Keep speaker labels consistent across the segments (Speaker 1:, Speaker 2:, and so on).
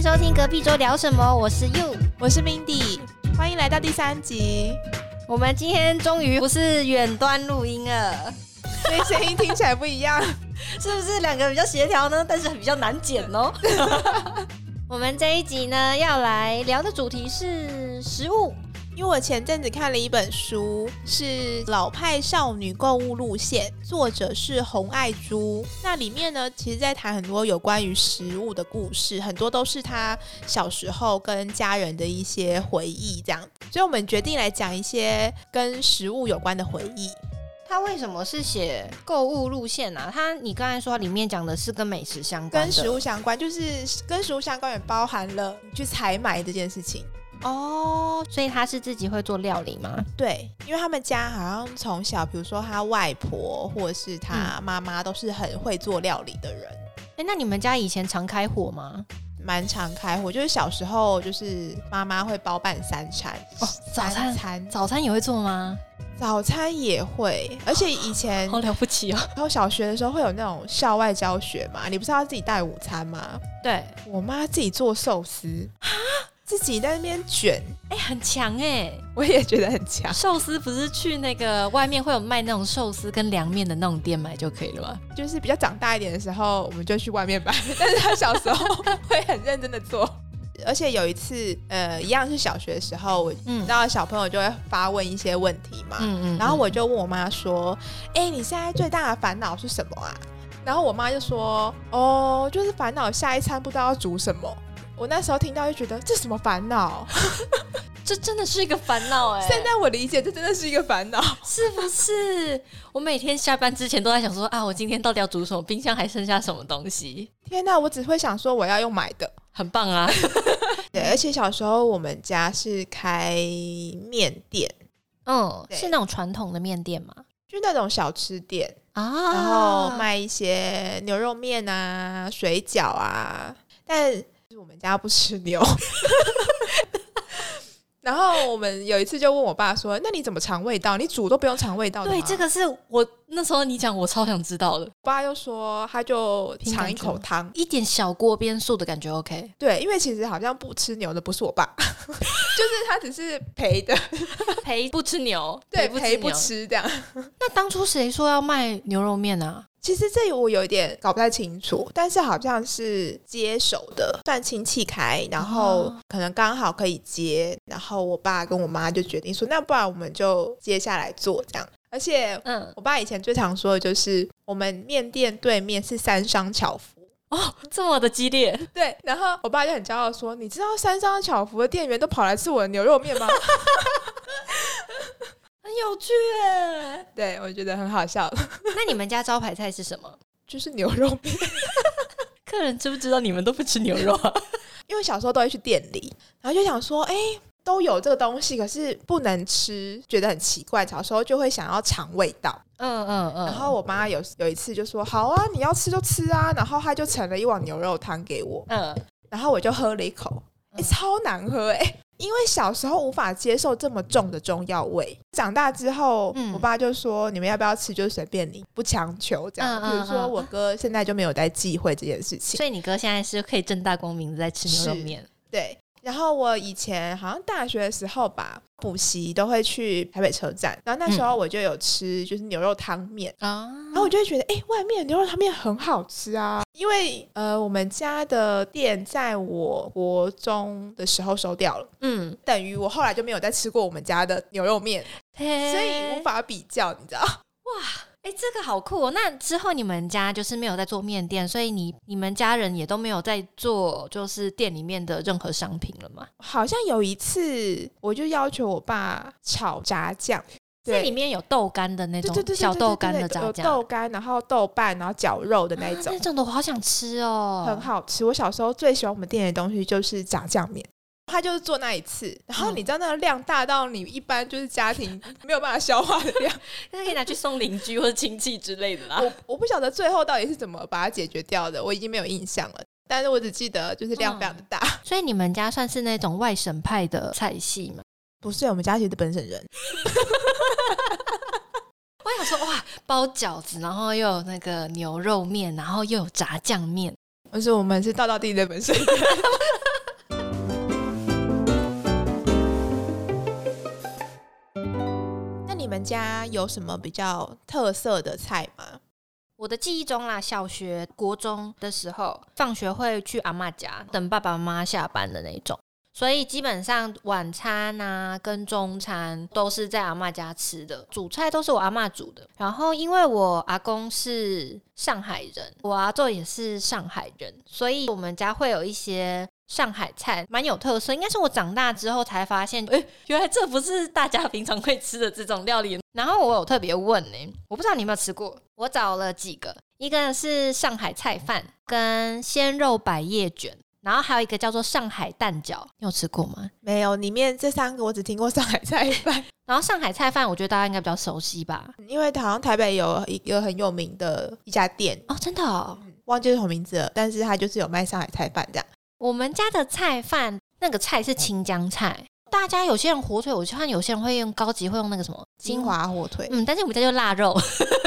Speaker 1: 收听隔壁桌聊什么，我是 You。
Speaker 2: 我是 Mindy，欢迎来到第三集。
Speaker 1: 我们今天终于不是远端录音了，
Speaker 2: 所以声音听起来不一样。
Speaker 1: 是不是两个比较协调呢？但是比较难剪 哦。我们这一集呢，要来聊的主题是食物。
Speaker 2: 因为我前阵子看了一本书，是《老派少女购物路线》，作者是洪爱珠。那里面呢，其实在谈很多有关于食物的故事，很多都是她小时候跟家人的一些回忆，这样。所以我们决定来讲一些跟食物有关的回忆。
Speaker 1: 它为什么是写购物路线呢、啊？它你刚才说它里面讲的是跟美食相关的，
Speaker 2: 跟食物相关，就是跟食物相关也包含了你去采买这件事情。
Speaker 1: 哦，所以他是自己会做料理吗？
Speaker 2: 对，因为他们家好像从小，比如说他外婆或者是
Speaker 1: 嗯
Speaker 2: 他妈妈，都是很会做料理的人，
Speaker 1: 哎、那你们家以前常开火吗？
Speaker 2: 蛮常开火。就是小时候，就是妈妈会包办三餐，
Speaker 1: 哦早餐
Speaker 2: 三餐
Speaker 1: 早餐也会做吗？
Speaker 2: 早餐也会，而且以前
Speaker 1: 了不起哦。
Speaker 2: 然后小学的时候会有那种校外教学嘛，你不是要自己带午餐吗？
Speaker 1: 对，
Speaker 2: 我妈自己做寿司啊，自己在那边卷，
Speaker 1: 哎、很强哎、
Speaker 2: 我也觉得很 强。
Speaker 1: 寿司不是去那个外面会有卖那种寿司跟凉面的那种店买就可以了吗？
Speaker 2: 就是比较长大一点的时候，我们就去外面买， 但是他小 时候会很认真的做。而且有一次，呃，一样是小学的时候，我
Speaker 1: 嗯
Speaker 2: 你知道小朋友就会发问一些问题嘛，
Speaker 1: 嗯
Speaker 2: 然后我就问我妈说：“哎、你现在最大的烦恼是什么啊？”然后我妈就说：“哦，就是烦恼下一餐不知道要煮什么。”我那时候听到就觉得这什么烦恼？
Speaker 1: 这真的是一个烦恼哎、
Speaker 2: 现在我理解，这真的是一个烦恼。
Speaker 1: 是不是？我每天下班之前都在想说啊，我今天到底要煮什么？冰箱还剩下什么东西？
Speaker 2: 天哪，我只会想说我要用买的。
Speaker 1: 很棒啊！
Speaker 2: 对，而且小时候我们家是开面店，
Speaker 1: 嗯，
Speaker 2: 对
Speaker 1: 是那种传统的面店吗？
Speaker 2: 就那种小吃店，
Speaker 1: 啊，
Speaker 2: 然后卖一些牛肉面啊、水饺啊，但是我们家不吃牛。 然后我们有一次就问我爸说：“那你怎么尝味道？你煮都不用尝味道的
Speaker 1: 对
Speaker 2: 吗
Speaker 1: 这，个是我那时候你讲，我超想知道的，
Speaker 2: 我爸就说他就
Speaker 1: 凭
Speaker 2: 尝
Speaker 1: 感
Speaker 2: 一
Speaker 1: 觉
Speaker 2: 口汤。
Speaker 1: 一点小锅边素的感觉 OK。
Speaker 2: 对，因为其实好像不吃牛的不是我爸， 就是他只是陪的，
Speaker 1: 赔不吃牛，
Speaker 2: 对，
Speaker 1: 不
Speaker 2: 陪不
Speaker 1: 牛。
Speaker 2: 吃这样。
Speaker 1: 那当初谁说要卖牛肉面啊？
Speaker 2: 其实这我有一点搞不太清楚，但是好像是接手的，算亲戚开，然后
Speaker 1: 哦
Speaker 2: 可能刚好可以接，然后我爸跟我妈就决定说，那不然我们就接下来做这样。而且
Speaker 1: 嗯，
Speaker 2: 我爸以前最常说的就是，我们面店对面是三商巧福。
Speaker 1: 这么的激烈，
Speaker 2: 对，然后我爸就很骄傲说：“你知道三商巧福的店员都跑来吃我的牛肉面吗
Speaker 1: 很有趣耶。？”
Speaker 2: 对，我觉得很好笑，
Speaker 1: 那你们家招牌菜是什么？
Speaker 2: 就是牛肉面，
Speaker 1: 客人知不知道你们都不吃牛肉啊？
Speaker 2: 因为小时候都会去店里，然后就想说，哎、都有这个东西，可是不能吃，觉得很奇怪。小时候就会想要尝味道。
Speaker 1: 嗯嗯嗯。
Speaker 2: 然后我妈有有一次就说：“好啊，你要吃就吃啊。”然后她就盛了一碗牛肉汤给我，
Speaker 1: 嗯，
Speaker 2: 然后我就喝了一口，哎、
Speaker 1: 嗯
Speaker 2: 超难喝哎、因为小时候无法接受这么重的中药味，长大之后，
Speaker 1: 嗯
Speaker 2: 我爸就说：“你们要不要吃就随便你，不强求。”这样，
Speaker 1: 嗯嗯
Speaker 2: 比如说
Speaker 1: 嗯
Speaker 2: 我哥现在就没有在忌讳这件事情。
Speaker 1: 所以你哥现在是可以正大光明的在吃牛肉
Speaker 2: 是
Speaker 1: 面。
Speaker 2: 对，然后我以前好像大学的时候吧，补习都会去台北车站，然后那时
Speaker 1: 嗯
Speaker 2: 候我就有吃就是牛肉汤面。
Speaker 1: 啊，
Speaker 2: 然后我就会觉得，哎、外面的牛肉汤面很好吃啊！因为呃，我们家的店在我国中的时候收掉了，
Speaker 1: 嗯，
Speaker 2: 等于我后来就没有再吃过我们家的牛肉面，所
Speaker 1: 所
Speaker 2: 以无法比较，你知道？
Speaker 1: 哎、这个好酷哦！那之后你们家就是没有在做面店，所以你你们家人也都没有在做就是店里面的任何商品了吗？
Speaker 2: 好像有一次，我就要求我爸炒炸酱，
Speaker 1: 这
Speaker 2: 对
Speaker 1: 里面有豆干的那
Speaker 2: 对
Speaker 1: 种
Speaker 2: 对对，对
Speaker 1: 小
Speaker 2: 对
Speaker 1: 豆
Speaker 2: 对
Speaker 1: 干
Speaker 2: 对
Speaker 1: 的炸
Speaker 2: 有
Speaker 1: 酱啊
Speaker 2: 豆，干，然后豆瓣，然后绞肉的那一种
Speaker 1: 那。种的我好想吃哦，
Speaker 2: 很。好吃。我小时候最喜欢我们店里的东西就是炸酱面。他就是做那一次，然后
Speaker 1: 嗯
Speaker 2: 你知道那个量大到你一般就是家 庭没有办法消化的量，
Speaker 1: 那可以拿去送邻居或者亲戚之类的啦。
Speaker 2: 我我不晓得最后到底是怎么把它解决掉的，我已经没有印象了。但是我只记得就是量非常的大，
Speaker 1: 所以你们家算是那种外省派的菜系嘛？
Speaker 2: 不是我们家其实本省人，
Speaker 1: 我想说，哇，包饺子，然后又有那个牛肉面，然后又有炸酱面，
Speaker 2: 而是我们是道道地地的本省人。你们家有什么比较特色的菜吗？
Speaker 1: 我的记忆中啦，小学、国中的时候，放学会去阿嬷家等爸爸妈妈下班的那一种，所以基本上晚餐啊跟中餐都是在阿嬷家吃的，主菜都是我阿嬷煮的。然后因为我阿公是上海人，我阿舅也是上海人，所以我们家会有一些。上海菜蛮有特色，应该是我长大之后才发现，诶、原来这不是大家平常会吃的这种料理。然后我有特别问呢、我不知道你有没有吃过，我找了几个，一个是上海菜饭跟鲜肉百叶卷，然后还有一个叫做上海蛋饺，你有吃过吗？
Speaker 2: 没有，里面这三个我只听过上海菜饭，
Speaker 1: 然后上海菜饭，我觉得大家应该比较熟悉吧？
Speaker 2: 因为好像台北有一个很有名的一家店，
Speaker 1: 哦，真的、哦，
Speaker 2: 忘记是什么名字了，但是它就是有卖上海菜饭这样。
Speaker 1: 我们家的菜饭那个菜是清江菜，大家有些人火腿，我看有些人会用高级，会用那个什么
Speaker 2: 金华火腿，
Speaker 1: 嗯，但是我们家就腊肉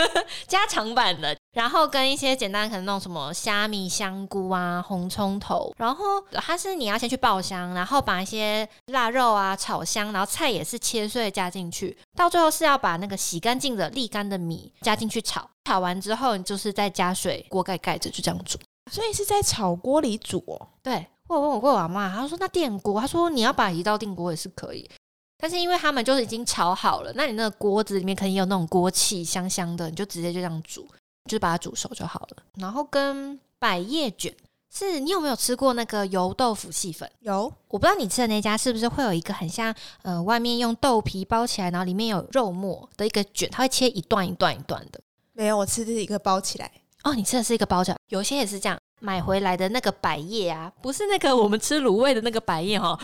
Speaker 1: 加长版的，然后跟一些简单可能弄什么虾米、香菇啊、红葱头，然后它是你要先去爆香，然后把一些腊肉啊炒香，然后菜也是切碎加进去，到最后是要把那个洗干净的沥干的米加进去炒，炒完之后你就是再加水，锅盖盖着就这样煮。
Speaker 2: 所以是在炒锅里煮哦。
Speaker 1: 对，我有问我过我阿妈，她说那电锅，她说你要把它移到电锅也是可以，但是因为他们就是已经炒好了，那你那个锅子里面肯定有那种锅气，香香的，你就直接就这样煮，就是把它煮熟就好了。然后跟百叶卷，是你有没有吃过那个油豆腐细粉？
Speaker 2: 有，
Speaker 1: 我不知道你吃的那家是不是会有一个很像呃外面用豆皮包起来，然后里面有肉末的一个卷，它会切一段一段一段的。
Speaker 2: 没有，我吃的是一个包起来。
Speaker 1: 哦，你吃的是一个包饺，有些也是这样。买回来的那个百叶啊，不是那个我们吃卤味的那个百叶哦，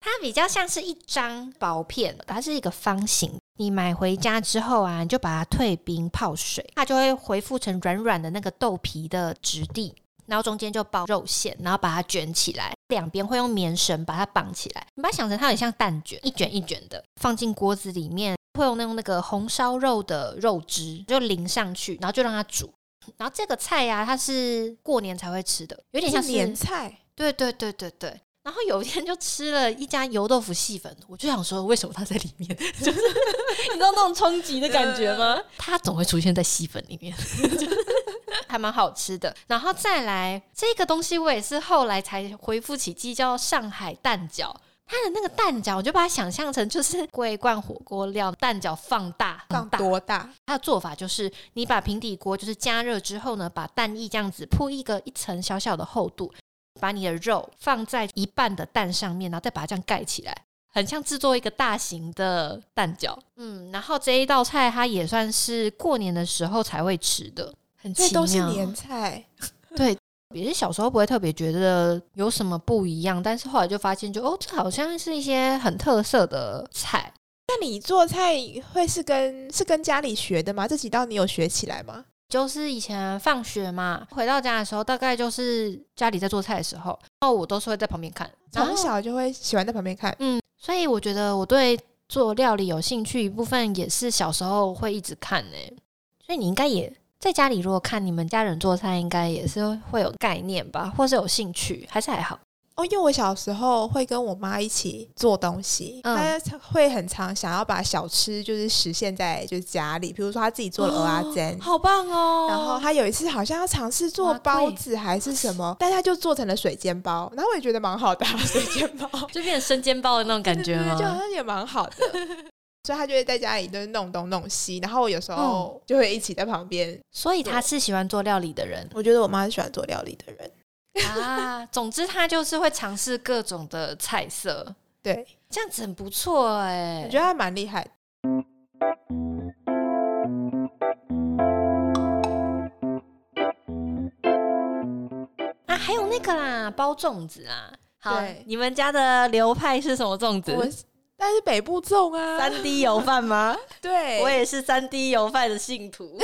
Speaker 1: 它比较像是一张薄片，它是一个方形。你买回家之后啊，你就把它退冰泡水，它就会恢复成软软的那个豆皮的质地。然后中间就包肉馅，然后把它卷起来，两边会用棉绳把它绑起来。你把它想成它很像蛋卷，一卷一卷的放进锅子里面，会用那种那个红烧肉的肉汁就淋上去，然后就让它煮。然后这个菜呀、它是过年才会吃的，有点像
Speaker 2: 是
Speaker 1: 是
Speaker 2: 年菜，
Speaker 1: 对对对对对。然后有一天就吃了一家油豆腐细粉，我就想说，为什么它在里面？ 就是你知道那种冲击的感觉吗？ 它总会出现在细粉里面，就是 还蛮好吃的。然后再来这个东西，我也是后来才恢复起记忆，叫上海蛋饺。它的那个蛋饺，我就把它想象成就是 桂冠火锅料蛋饺放大
Speaker 2: 放多大？
Speaker 1: 它的做法就是，你把平底锅就是加热之后呢，把蛋液这样子铺一个一层小小的厚度，把你的肉放在一半的蛋上面，然后再把它这样盖起来，很像制作一个大型的蛋饺。嗯，然后这一道菜它也算是过年的时候才会吃的，很
Speaker 2: 这
Speaker 1: 奇
Speaker 2: 都是
Speaker 1: 妙。
Speaker 2: 年菜，
Speaker 1: 也是小时候不会特别觉得有什么不一样，但是后来就发现就，哦，这好像是一些很特色的菜。
Speaker 2: 那你做菜会是跟是跟家里学的吗？这几道你有学起来吗？
Speaker 1: 就是以前放学嘛，回到家的时候，大概就是家里在做菜的时候，然后我都是会在旁边看。然后
Speaker 2: 从，小就会喜欢在旁边看，
Speaker 1: 嗯，所以我觉得我对做料理有兴趣，一部分也是小时候会一直看呢、所以你应该也在家里，如果看你们家人做菜，应该也是会有概念吧，或是有兴趣，还是还好。
Speaker 2: 哦，因为我小时候会跟我妈一起做东西，
Speaker 1: 嗯
Speaker 2: 她会很常想要把小吃就是实现在就是家里，比如说她自己做了蚵仔煎。
Speaker 1: 好棒哦！
Speaker 2: 然后她有一次好像要尝试做
Speaker 1: 哇
Speaker 2: 包
Speaker 1: 贵
Speaker 2: 子还是什么，但她就做成了水煎包，然后我也觉得蛮好的、啊、水煎包，
Speaker 1: 就变成生煎包的那种 感觉
Speaker 2: 对对
Speaker 1: 吗？
Speaker 2: 对就好像也蛮好的。 所以她就会在家里就是弄东弄西，然后我有
Speaker 1: 嗯
Speaker 2: 时候就会一起在旁边。
Speaker 1: 所以他是喜欢做料理的人
Speaker 2: 我觉得我妈是喜欢做料理的人，
Speaker 1: 啊。总之，他就是会尝试各种的菜色。
Speaker 2: 对，
Speaker 1: 这样子很不错哎、
Speaker 2: 我觉得她蛮厉害的。
Speaker 1: 啊，还有那个啦，包粽子啊。好
Speaker 2: 对，
Speaker 1: 你们家的流派是什么粽
Speaker 2: 我
Speaker 1: 子？
Speaker 2: 但是北部粽 啊，
Speaker 1: 三 D 油饭吗？
Speaker 2: 对，
Speaker 1: 我也是三 D 油饭的信徒。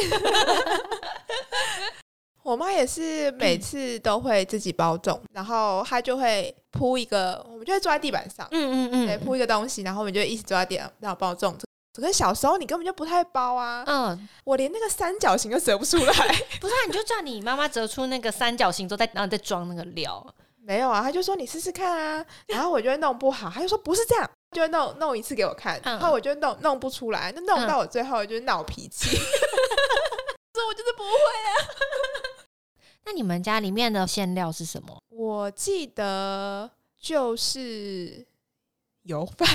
Speaker 2: 我妈也是每
Speaker 1: 嗯
Speaker 2: 次都会自己包粽，然后她就会铺一个，我们就会坐在地板上，
Speaker 1: 嗯嗯
Speaker 2: 对，铺一个东西，然后我们就一直坐在地上然后包粽子。可是小时候你根本就不太包啊，
Speaker 1: 嗯，
Speaker 2: 我连那个三角形都折不出来。
Speaker 1: 不是、啊，你就叫你妈妈折出那个三角形之后，再然后再装那个料。
Speaker 2: 没有啊，他就说你试试看啊，然后我就会弄不好，他就说不是这样，就会弄弄一次给我看，
Speaker 1: 嗯
Speaker 2: 然后我就弄弄不出来，那弄到我最后就是闹脾 气，这我就是不会。啊
Speaker 1: 那你们家里面的馅料是什么？
Speaker 2: 我记得就是油饭，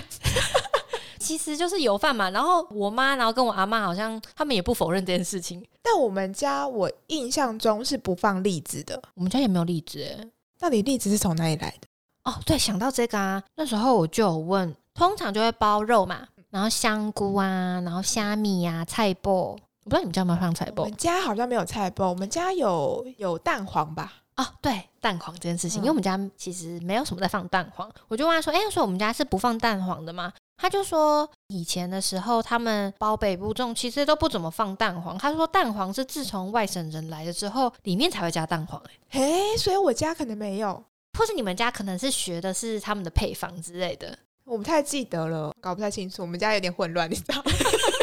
Speaker 1: 其实就是油饭嘛。然后我妈，然后跟我阿妈好像他们也不否认这件事情。
Speaker 2: 但我们家我印象中是不放栗子的，
Speaker 1: 我们家也没有荔枝欸、
Speaker 2: 到底栗子是从哪里来的？
Speaker 1: 哦，对，想到这个啊，那时候我就有问，通常就会包肉嘛，然后香菇啊，然后虾米呀、啊、菜脯。我不知道你们家有没有放菜
Speaker 2: 我
Speaker 1: 脯
Speaker 2: 们家好像没有菜包，我们家有有蛋黄吧？
Speaker 1: 哦，对，蛋黄这件事情，因
Speaker 2: 嗯
Speaker 1: 为我们家其实没有什么在放蛋黄，我就问他说：“哎、所以我们家是不放蛋黄的吗？”他就说：“以前的时候，他们包北部粽其实都不怎么放蛋黄。他说蛋黄是自从外省人来了之后，里面才会加蛋黄、欸。
Speaker 2: 诶，所以我家可能没有，
Speaker 1: 或是你们家可能是学的是他们的配方之类的，
Speaker 2: 我不太记得了，搞不太清楚，我们家有点混乱，你知道吗？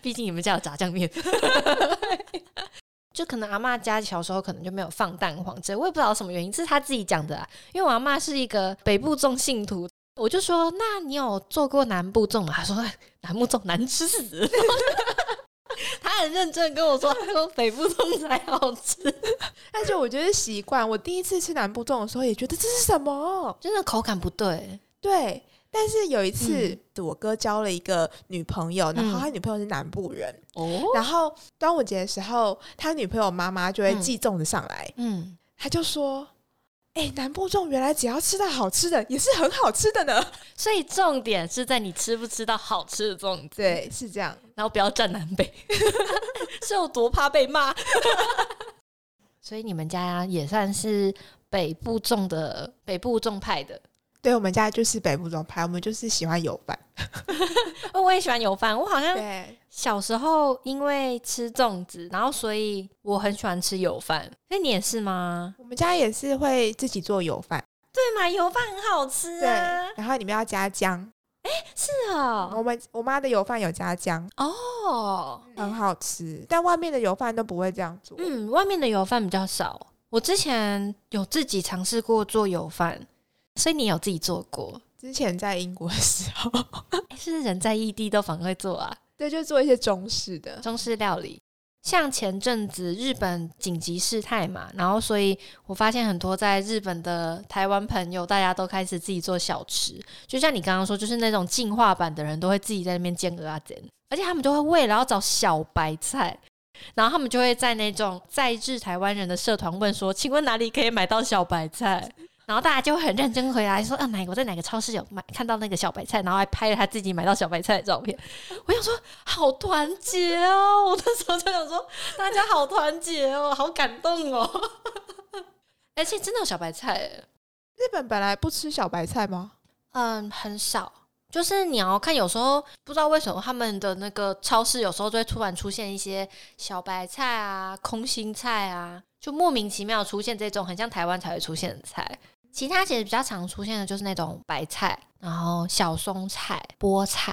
Speaker 1: 毕竟你们家有炸酱面。 就可能阿嬷家小时候可能就没有放蛋黄之类，我也不知道什么原因，这是她自己讲的、啊。因为我阿嬷是一个北部粽信徒，我就说：“那你有做过南部粽吗？”她说：“ 南部粽难吃死 了。”她很认真地跟我说：“她说北部粽才好吃，
Speaker 2: 但是我觉得习惯，我第一次吃南部粽的时候也觉得这是什么？
Speaker 1: 真的口感不对。
Speaker 2: 对，但是有一次、
Speaker 1: 嗯
Speaker 2: 我哥交了一个女朋友，然后他女朋友是南部人，”
Speaker 1: 哦，
Speaker 2: 然后端午节的时候，他女朋友妈妈就会
Speaker 1: 嗯
Speaker 2: 寄粽子上来，
Speaker 1: 嗯，
Speaker 2: 他就说。哎、南部粽原来只要吃到好吃的，也是很好吃的呢。
Speaker 1: 所以重点是在你吃不吃到好吃的粽子。
Speaker 2: 对，是这样。
Speaker 1: 然后不要站南北， 是有多怕被骂？ 所以你们家也算是北部种的北部种派的。
Speaker 2: 对我们家就是北部粽派，我们就是喜欢油饭。
Speaker 1: 哦我也喜欢油饭，我好像
Speaker 2: 对，
Speaker 1: 小时候因为吃粽子，然后所以我很喜欢吃油饭。那你也是吗？
Speaker 2: 我们家也是会自己做油饭，
Speaker 1: 对嘛，油饭很好吃
Speaker 2: 对，
Speaker 1: 啊，
Speaker 2: 然后里面要加姜。
Speaker 1: 是
Speaker 2: 我
Speaker 1: 哦，
Speaker 2: 们我妈的油饭有加姜，
Speaker 1: 哦，
Speaker 2: 很好吃，但外面的油饭都不会这样做。
Speaker 1: 嗯，外面的油饭比较少。我之前有自己尝试过做油饭，所以你有自己做过？
Speaker 2: 之前在英国的时候，
Speaker 1: 诶哎是不是人在异地都反而会做啊？
Speaker 2: 对，就做一些中式的。
Speaker 1: 中式料理。像前阵子日本紧急事态嘛，然后所以我发现很多在日本的台湾朋友，大家都开始自己做小吃，就像你刚刚说，就是那种进化版的人都会自己在那边煎鹅啊煎，而且他们就会为了要找小白菜，然后他们就会在那种在日台湾人的社团问说，请问哪里可以买到小白菜？然后大家就会很认真回答说，啊，哪个我在哪个超市有买看到那个小白菜，然后还拍了他自己买到小白菜的照片。我想说，好团结哦！我那时候就想说，大家好团结哦，好感动哦。 而且真的有小白菜耶，
Speaker 2: 日本本来不吃小白菜吗？
Speaker 1: 嗯，很少。就是你要看，有时候不知道为什么他们的那个超市有时候就会突然出现一些小白菜啊、空心菜啊，就莫名其妙出现这种很像台湾才会出现的菜。其他其实比较常出现的就是那种白菜，然后小松菜、菠菜，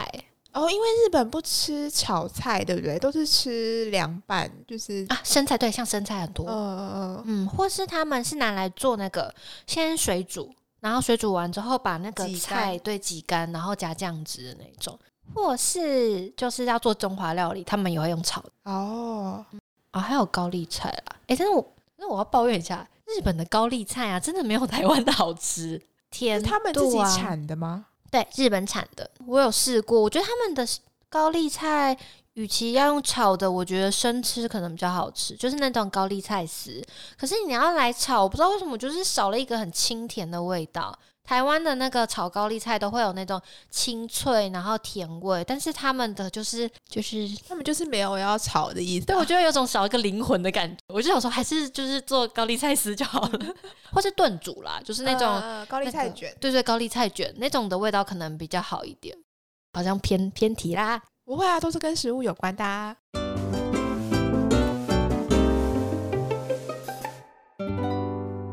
Speaker 2: 哦，因为日本不吃炒菜，对不对？都是吃凉拌，就是
Speaker 1: 啊，生菜对，像生菜很多，
Speaker 2: 呃，
Speaker 1: 嗯，或是他们是拿来做那个先水煮，然后水煮完之后把那个
Speaker 2: 挤干
Speaker 1: 菜对挤干，然后加酱汁的那种，或是就是要做中华料理，他们也会用炒的
Speaker 2: 哦，
Speaker 1: 啊、还有高丽菜啦。诶，但是我那我要抱怨一下，日本的高丽菜啊，真的没有台湾的好吃，
Speaker 2: 是
Speaker 1: 甜、度
Speaker 2: 他们自己
Speaker 1: 啊
Speaker 2: 产的吗？
Speaker 1: 对，日本产的，我有试过，我觉得他们的高丽菜，与其要用炒的，我觉得生吃可能比较好吃，就是那种高丽菜丝。可是你要来炒，我不知道为什么，就是少了一个很清甜的味道。台湾的那个炒高丽菜都会有那种清脆，然后甜味，但是他们的就是就是，
Speaker 2: 他们就是没有要炒的意思啊。
Speaker 1: 对我觉得有种少一个灵魂的感觉。我就想说，还是就是做高丽菜丝就好了，嗯或是炖煮啦，就是那种
Speaker 2: 呃高丽
Speaker 1: 那
Speaker 2: 菜
Speaker 1: 个
Speaker 2: 卷，
Speaker 1: 对对，高丽菜卷那种的味道可能比较好一点，好像偏偏题啦。
Speaker 2: 不会啊，都是跟食物有关的、啊。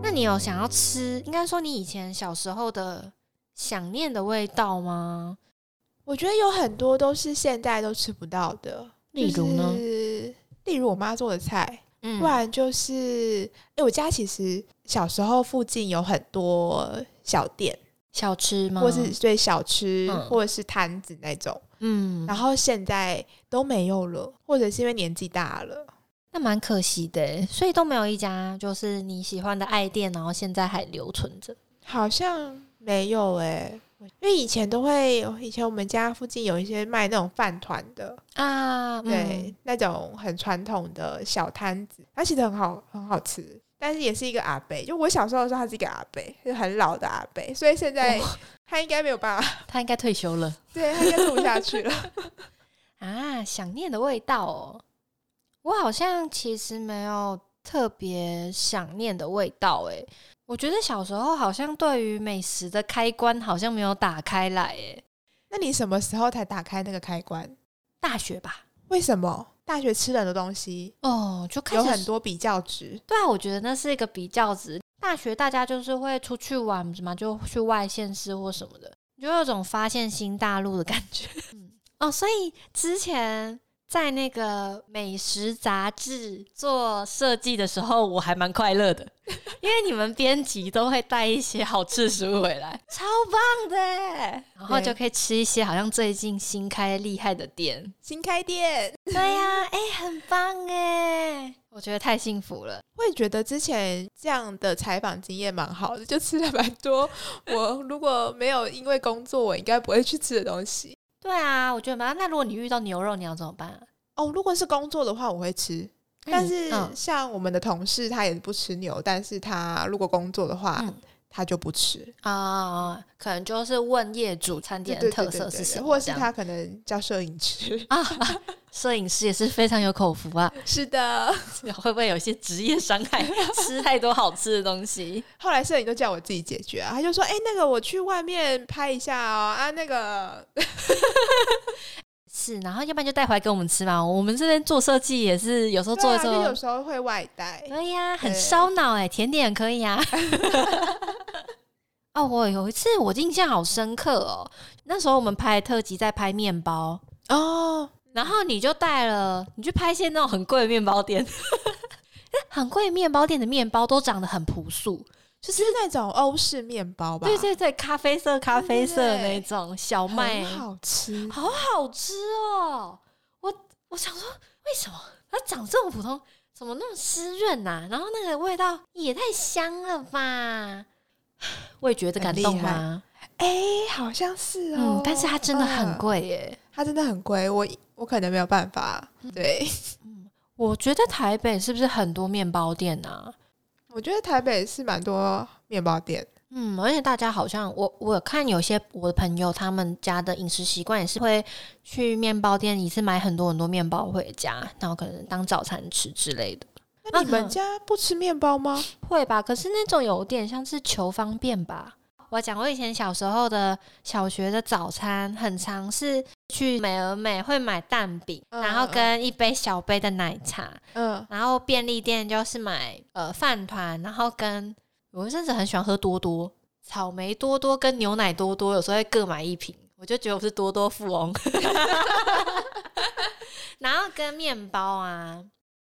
Speaker 1: 那你有想要吃，应该说你以前小时候的想念的味道吗？
Speaker 2: 我觉得有很多都是现在都吃不到的，
Speaker 1: 例如呢
Speaker 2: 就是例如我妈做的菜，
Speaker 1: 嗯
Speaker 2: 不然就是，哎、我家其实小时候附近有很多小店，
Speaker 1: 小吃吗？
Speaker 2: 或是对小吃、
Speaker 1: 嗯
Speaker 2: 或者是摊子那种，
Speaker 1: 嗯，
Speaker 2: 然后现在都没有了，或者是因为年纪大了。
Speaker 1: 那蛮可惜的耶，所以都没有一家就是你喜欢的爱店，然后现在还留存着。
Speaker 2: 好像没有哎、因为以前都会，以前我们家附近有一些卖那种饭团的，
Speaker 1: 啊，
Speaker 2: 对，那种很传统的小摊子，它其实很好，很好吃。但是也是一个阿伯，就我小时候的时候，他是一个阿伯，是很老的阿伯，所以现在他应该没有办法，
Speaker 1: 嗯，他应该退休了
Speaker 2: 对他应该做不下去了。
Speaker 1: 啊，想念的味道哦。我好像其实没有特别想念的味道，哎，我觉得小时候好像对于美食的开关好像没有打开来，哎，
Speaker 2: 那你什么时候才打开那个开关？
Speaker 1: 大学吧，
Speaker 2: 为什么大学吃了很多东西
Speaker 1: 哦，就开
Speaker 2: 有
Speaker 1: 始
Speaker 2: 很多比较值？
Speaker 1: 对啊，我觉得那是一个比较值。大学大家就是会出去玩嘛，就去外县市或什么的，你就有种发现新大陆的感觉。 嗯，哦，所以之前在那个美食杂志做设计的时候，我还蛮快乐的，因为你们编辑都会带一些好吃的食物回来， 超棒的欸耶，然后
Speaker 2: 对
Speaker 1: 就可以吃一些好像最近新开厉害的店。
Speaker 2: 新开店，
Speaker 1: 对呀、哎、很棒哎，我觉得太幸福了。
Speaker 2: 我也觉得之前这样的采访经验蛮好的，就吃了蛮多我如果没有因为工作，我应该不会去吃的东西。
Speaker 1: 对啊，我觉得蛮。那如果你遇到牛肉，你要怎么办啊？
Speaker 2: 哦，如果是工作的话，我会吃。但是
Speaker 1: 嗯
Speaker 2: 像我们的同事，他也不吃牛，但是他如果工作的话，
Speaker 1: 嗯
Speaker 2: 他就不吃。
Speaker 1: 啊、可能就是问业主餐点
Speaker 2: 对
Speaker 1: 的
Speaker 2: 对对
Speaker 1: 特
Speaker 2: 对
Speaker 1: 色
Speaker 2: 对
Speaker 1: 是什
Speaker 2: 对
Speaker 1: 么，
Speaker 2: 或是
Speaker 1: 这样
Speaker 2: 他可能叫摄影师。
Speaker 1: 啊，啊摄影师也是非常有口福啊，
Speaker 2: 是的，
Speaker 1: 会不会有一些职业伤害？吃太多好吃的东 西，
Speaker 2: 后来摄影都叫我自己解决啊，他就说：“哎、那个我去外面拍一下哦，啊，那个
Speaker 1: 是，然后要不然就带回来给我们吃嘛。我们这边做设计也是有时候
Speaker 2: 对
Speaker 1: 做嗯一
Speaker 2: 啊，就
Speaker 1: 做
Speaker 2: 有，时候会外带。
Speaker 1: 对呀、很
Speaker 2: 对
Speaker 1: 烧脑哎，甜点也可以 啊。哦，我有一次我印象好深刻哦，那时候我们拍特辑在拍面包，
Speaker 2: 哦，
Speaker 1: 然后你就带了，你去拍一些那种很贵的面包店， 很贵的面包店的面包都长得很朴素，
Speaker 2: 就是那种欧式面包吧，
Speaker 1: 对对对，咖啡色咖啡色的那
Speaker 2: 对
Speaker 1: 种小
Speaker 2: 很
Speaker 1: 麦，
Speaker 2: 好吃。
Speaker 1: 好好吃哦！我我想说，为什么它长这么普通，怎么那么湿润呐、然后那个味道也太香了吧！ 味觉的
Speaker 2: 很
Speaker 1: 感
Speaker 2: 厉
Speaker 1: 动啊
Speaker 2: 害
Speaker 1: 吗？
Speaker 2: 哎、好像是哦，
Speaker 1: 嗯，但是它真的很
Speaker 2: 嗯
Speaker 1: 贵耶。
Speaker 2: 它真的很贵，我我可能没有办法。对，
Speaker 1: 我觉得台北是不是很多面包店啊？
Speaker 2: 我觉得台北是蛮多面包店，
Speaker 1: 嗯，而且大家好像我我有看有些我的朋友他们家的饮食习惯也是会去面包店一次买很多很多面包回家，然后可能当早餐吃之类的，
Speaker 2: 那你
Speaker 1: 啊
Speaker 2: 们家不吃面包吗？
Speaker 1: 会吧？可是那种有点像是求方便吧。我讲我以前小时候的小学的早餐，很常是去美而美会买蛋饼，
Speaker 2: 嗯
Speaker 1: 然后跟一杯小杯的奶茶，
Speaker 2: 嗯，
Speaker 1: 然后便利店就是买呃饭团，然后跟我甚至很喜欢喝多多，草莓多多跟牛奶多多，有时候会各买一瓶，我就觉得我是多多富翁。 然后跟面包啊，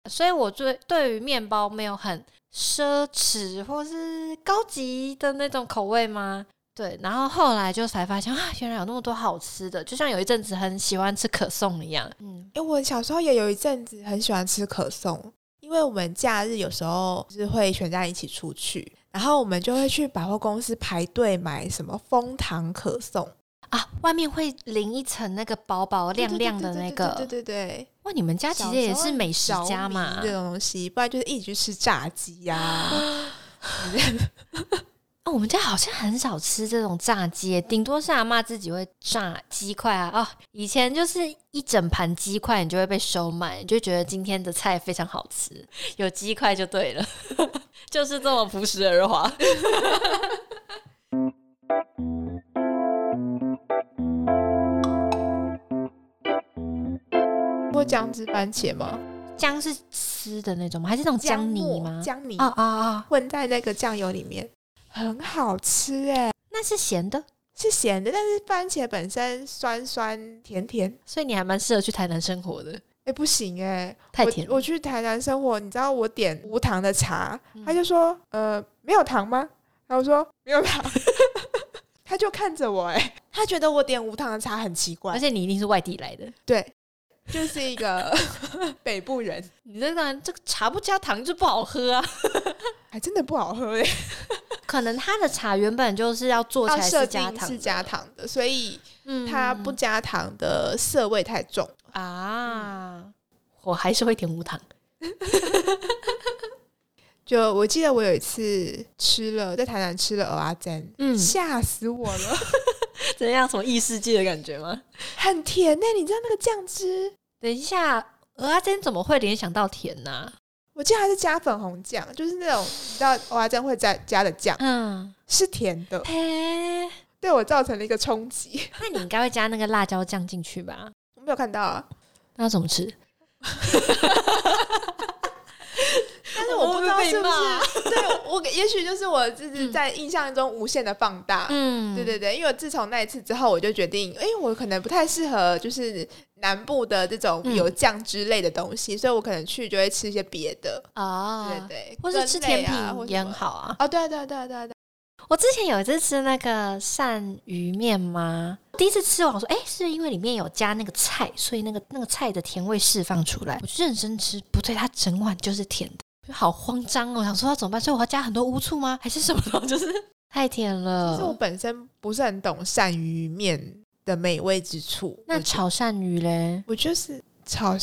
Speaker 1: 所以我最对于面包没有很奢侈或是高级的那种口味吗？对，然后后来就才发现啊，原来有那么多好吃的，就像有一阵子很喜欢吃可颂一样。嗯，
Speaker 2: 哎、我小时候也有一阵子很喜欢吃可颂，因为我们假日有时候就是会全家一起出去，然后我们就会去百货公司排队买什么枫糖可颂，
Speaker 1: 啊，外面会淋一层那个薄薄亮亮的那
Speaker 2: 对
Speaker 1: 个。
Speaker 2: 对对对对对对
Speaker 1: 哇，你们家其实也是美食
Speaker 2: 小
Speaker 1: 家嘛
Speaker 2: 这？种东西，不然就是一直吃炸鸡啊呀、
Speaker 1: 哦，我们家好像很少吃这种炸鸡，顶多是阿妈自己会炸鸡块啊。哦，以前就是一整盘鸡块，你就会被收买，你就觉得今天的菜非常好吃，有鸡块就对了，就是这么朴实而华。
Speaker 2: 或姜汁番茄吗？
Speaker 1: 姜是吃的那种吗？还是那种姜泥
Speaker 2: 末
Speaker 1: 吗？
Speaker 2: 姜泥
Speaker 1: 啊啊啊！
Speaker 2: 混在那个酱油里面，很好吃哎、
Speaker 1: 那是咸的，
Speaker 2: 是咸的，但是番茄本身酸酸甜甜。
Speaker 1: 所以你还蛮适合去台南生活的。
Speaker 2: 哎、不行哎、
Speaker 1: 太甜
Speaker 2: 我。我去台南生活，你知道我点无糖的茶，
Speaker 1: 嗯
Speaker 2: 他就说呃没有糖吗？然后我说没有糖， 他就看着我哎、他觉得我点无糖的茶很奇
Speaker 1: 而
Speaker 2: 怪，
Speaker 1: 且你一定是外地来的，
Speaker 2: 对，就是一 个北部人，
Speaker 1: 你这个这个茶不加糖就不好喝啊。
Speaker 2: 还真的不好喝哎、
Speaker 1: 可能他的茶原本就是要做起
Speaker 2: 要
Speaker 1: 来
Speaker 2: 设
Speaker 1: 是加
Speaker 2: 定
Speaker 1: 糖，
Speaker 2: 是加，糖的，所以
Speaker 1: 嗯
Speaker 2: 它不加糖的涩味太重。
Speaker 1: 啊。我还是会点无糖，
Speaker 2: 就我记得我有一次吃了在台南吃了蚵仔煎，
Speaker 1: 嗯
Speaker 2: 吓死我了，
Speaker 1: 怎样？什么异世界的感觉吗？
Speaker 2: 很甜呢、你知道那个酱汁。
Speaker 1: 等一下，鹅阿珍怎么会联想到甜呢、
Speaker 2: 我记得它是加粉红酱，就是那种你知道蚵仔煎会加加的酱，
Speaker 1: 嗯，
Speaker 2: 是甜的，
Speaker 1: 嘿，
Speaker 2: 对我造成了一个冲击。
Speaker 1: 那你应该会加那个辣椒酱进去吧？
Speaker 2: 我没有看到啊，
Speaker 1: 那要怎么吃？
Speaker 2: 但是我不知道是不
Speaker 1: 我
Speaker 2: 是 对我，也许就是我就是
Speaker 1: 嗯
Speaker 2: 在印象中无限的放大。
Speaker 1: 嗯
Speaker 2: 对对对，因为我自从那一次之后，我就决定，哎，我可能不太适合就是南部的这种
Speaker 1: 嗯
Speaker 2: 有酱之类的东西，所以我可能去就会吃一些别的，
Speaker 1: 啊，
Speaker 2: 对对对，
Speaker 1: 或是吃
Speaker 2: 根类
Speaker 1: 甜
Speaker 2: 啊
Speaker 1: 品
Speaker 2: 或
Speaker 1: 也
Speaker 2: 什
Speaker 1: 很
Speaker 2: 么
Speaker 1: 好啊。
Speaker 2: 哦，对啊对啊对啊对啊对啊，
Speaker 1: 我之前有一次吃那个鳝鱼面吗？第一次吃，我想说，哎、是因为里面有加那个菜，所以那个那个菜的甜味释放出来。我就认真吃，不对，它整碗就是甜的，就好慌张哦，想说要怎么办？所以我要加很多乌醋吗？还是什么的？就是 太甜
Speaker 2: 其实我
Speaker 1: 了。
Speaker 2: 本身不是很懂鳝鱼面的美味之处，
Speaker 1: 那
Speaker 2: 我觉
Speaker 1: 炒鳝鱼嘞？
Speaker 2: 我就是炒，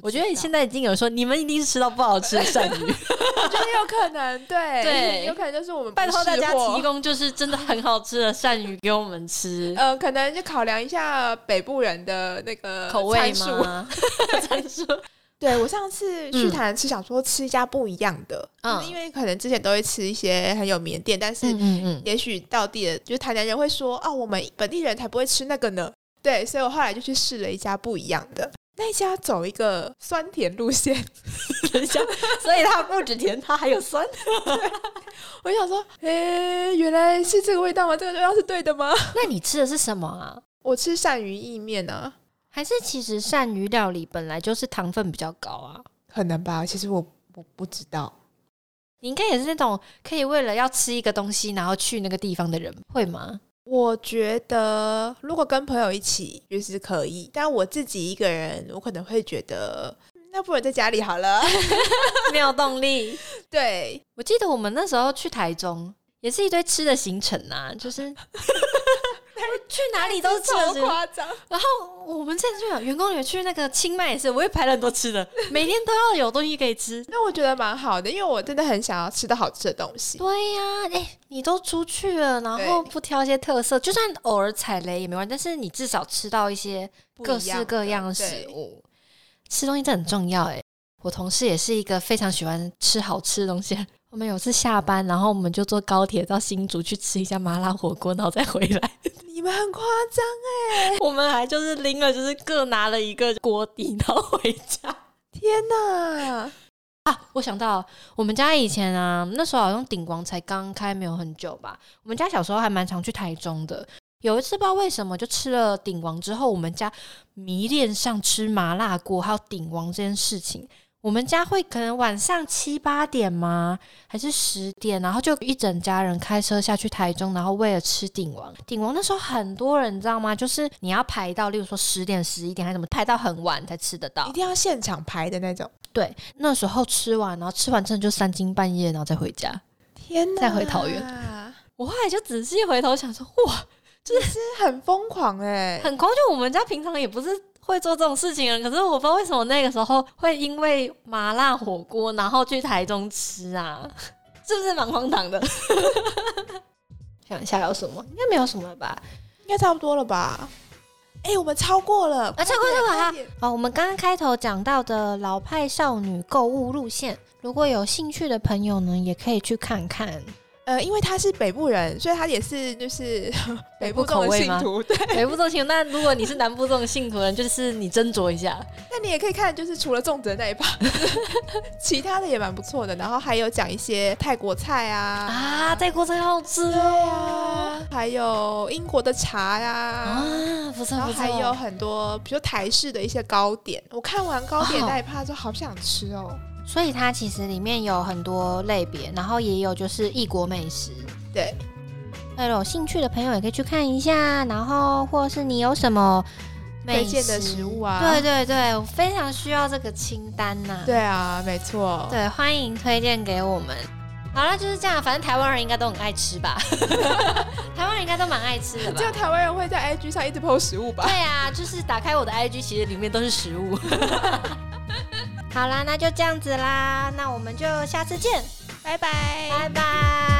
Speaker 1: 我觉得你现在已经有说，你们一定是吃到不好吃的鳝 鱼。
Speaker 2: 我觉得有可能，对
Speaker 1: 对
Speaker 2: 有可能就是我们
Speaker 1: 拜托大家提
Speaker 2: 供，
Speaker 1: 供就是真的很好吃的鳝鱼给我们吃，
Speaker 2: 呃，可能就考量一下北部人的那个
Speaker 1: 口味
Speaker 2: 参数。
Speaker 1: 吗？参数
Speaker 2: 对我上次去
Speaker 1: 嗯
Speaker 2: 台南吃，想说吃一家不一样的，
Speaker 1: 嗯
Speaker 2: 就是因为可能之前都会吃一些很有名的店，但是
Speaker 1: 嗯嗯嗯，
Speaker 2: 也许到地的，就是台南人会说，哦，我们本地人才不会吃那个呢。对，所以我后来就去试了一家不一样的，那一家走一个酸甜路线，
Speaker 1: 等一下，所以它不止甜，它还有酸。
Speaker 2: 我就想说，诶，原来是这个味道吗？这个味道是对的吗？
Speaker 1: 那你吃的是什么啊？
Speaker 2: 我吃鳝鱼意面啊，
Speaker 1: 还是其实鳝鱼料理本来就是糖分比较高啊？
Speaker 2: 可能吧，其实我我不知道，
Speaker 1: 你应该也是那种可以为了要吃一个东西，然后去那个地方的人，会吗？
Speaker 2: 我觉得如果跟朋友一起就是可以，但我自己一个人，我可能会觉得，嗯那不如在家里 好了。
Speaker 1: 没有动力。
Speaker 2: 对，
Speaker 1: 我记得我们那时候去台中，也是一堆吃的行程啊，就是 去哪里都是吃的
Speaker 2: 超
Speaker 1: 行程。
Speaker 2: 夸张。
Speaker 1: 然后我们这次就有员工有去那个清迈也是，我也排了很多吃的，每天都要有东西可以吃。
Speaker 2: 那我觉得蛮好的，因为我真的很想要吃到好吃的东西。
Speaker 1: 对呀、哎、你都出去了，然后不挑一些特色，就算偶尔踩雷也没关系，但是你至少吃到一些
Speaker 2: 不
Speaker 1: 各
Speaker 2: 一样
Speaker 1: 式各样的
Speaker 2: 的
Speaker 1: 食
Speaker 2: 对
Speaker 1: 物。吃东西真的很重要哎、我同事也是一个非常喜欢吃好吃的东西。我们有次下班，然后我们就坐高铁到新竹去吃一下麻辣火锅，然后再回来。
Speaker 2: 你们很夸张，
Speaker 1: 我们还就是拎了，就是各拿了一个锅底，然后回家。
Speaker 2: 天哪！
Speaker 1: 啊，我想到我们家以前啊，那时候好像鼎王才刚开没有很久吧。我们家小时候还蛮常去台中的。有一次不知道为什么，就吃了鼎王之后，我们家迷恋上吃麻辣锅还有鼎王这件事情。我们家会可能晚上七八点吗？还是十点？然后就一整家人开车下去台中，然后为了吃鼎王。鼎王那时候很多人，你知道吗？就是你要排到，例如说十点、十一点，还是什么，排到很晚才吃得到
Speaker 2: 一。定要现场排的那种。
Speaker 1: 对，那时候吃完，然后吃完真的就三更半夜，然后再回家。
Speaker 2: 天哪！
Speaker 1: 再回桃园我后来就仔细回头想说，哇，
Speaker 2: 是很疯狂哎、
Speaker 1: 很快就我们家平常也不是会做这种事情啊的，可是我不知道为什么那个时候会因为麻辣火锅，然后去台中吃啊，是不是蛮荒唐的？ 想一下有什么？应该没有什么了吧？
Speaker 2: 应该差不多了吧？哎、我们超过了，
Speaker 1: 啊，这个
Speaker 2: 快
Speaker 1: 啊
Speaker 2: 点！
Speaker 1: 好，我们刚刚开头讲到的老派少女购物路线，如果有兴趣的朋友呢，也可以去看看。
Speaker 2: 呃，因为他是北部人，所以他也是就是
Speaker 1: 北
Speaker 2: 北
Speaker 1: 部
Speaker 2: 部
Speaker 1: 口
Speaker 2: 众的
Speaker 1: 味
Speaker 2: 信
Speaker 1: 吗
Speaker 2: 徒。对，
Speaker 1: 北部粽情，那如果你是南部粽信徒人，就是你斟酌一下。
Speaker 2: 那你也可以看，就是除了粽子的那一把， 其他的也蛮不错的。然后还有讲一些泰国菜啊，
Speaker 1: 啊，泰国菜好吃
Speaker 2: 对
Speaker 1: 哦！
Speaker 2: 啊，还有英国的茶呀、
Speaker 1: 啊，不错
Speaker 2: 然后
Speaker 1: 不错，
Speaker 2: 还有很多，比如台式的一些糕点。我看完糕点
Speaker 1: 哦
Speaker 2: 那一趴之后，好想吃哦。
Speaker 1: 所以它其实里面有很多类别，然后也有就是异国美食。
Speaker 2: 对，
Speaker 1: 对了，有兴趣的朋友也可以去看一下，然后或是你有什么美
Speaker 2: 推荐的食物啊
Speaker 1: 对对对，我非常需要这个清单呐、
Speaker 2: 对啊，没错。
Speaker 1: 对，欢迎推荐给我们。好了，就是这样，反正台湾人应该都很爱吃 吧，台湾人应该都蛮爱吃的吧
Speaker 2: 只。有台湾人会在 IG 上一直 PO 食物吧？
Speaker 1: 对啊，就是打开我的 IG，其实里面都是食 物。好啦，那就这样子啦，那我们就下次见，
Speaker 2: 拜拜。
Speaker 1: 拜拜。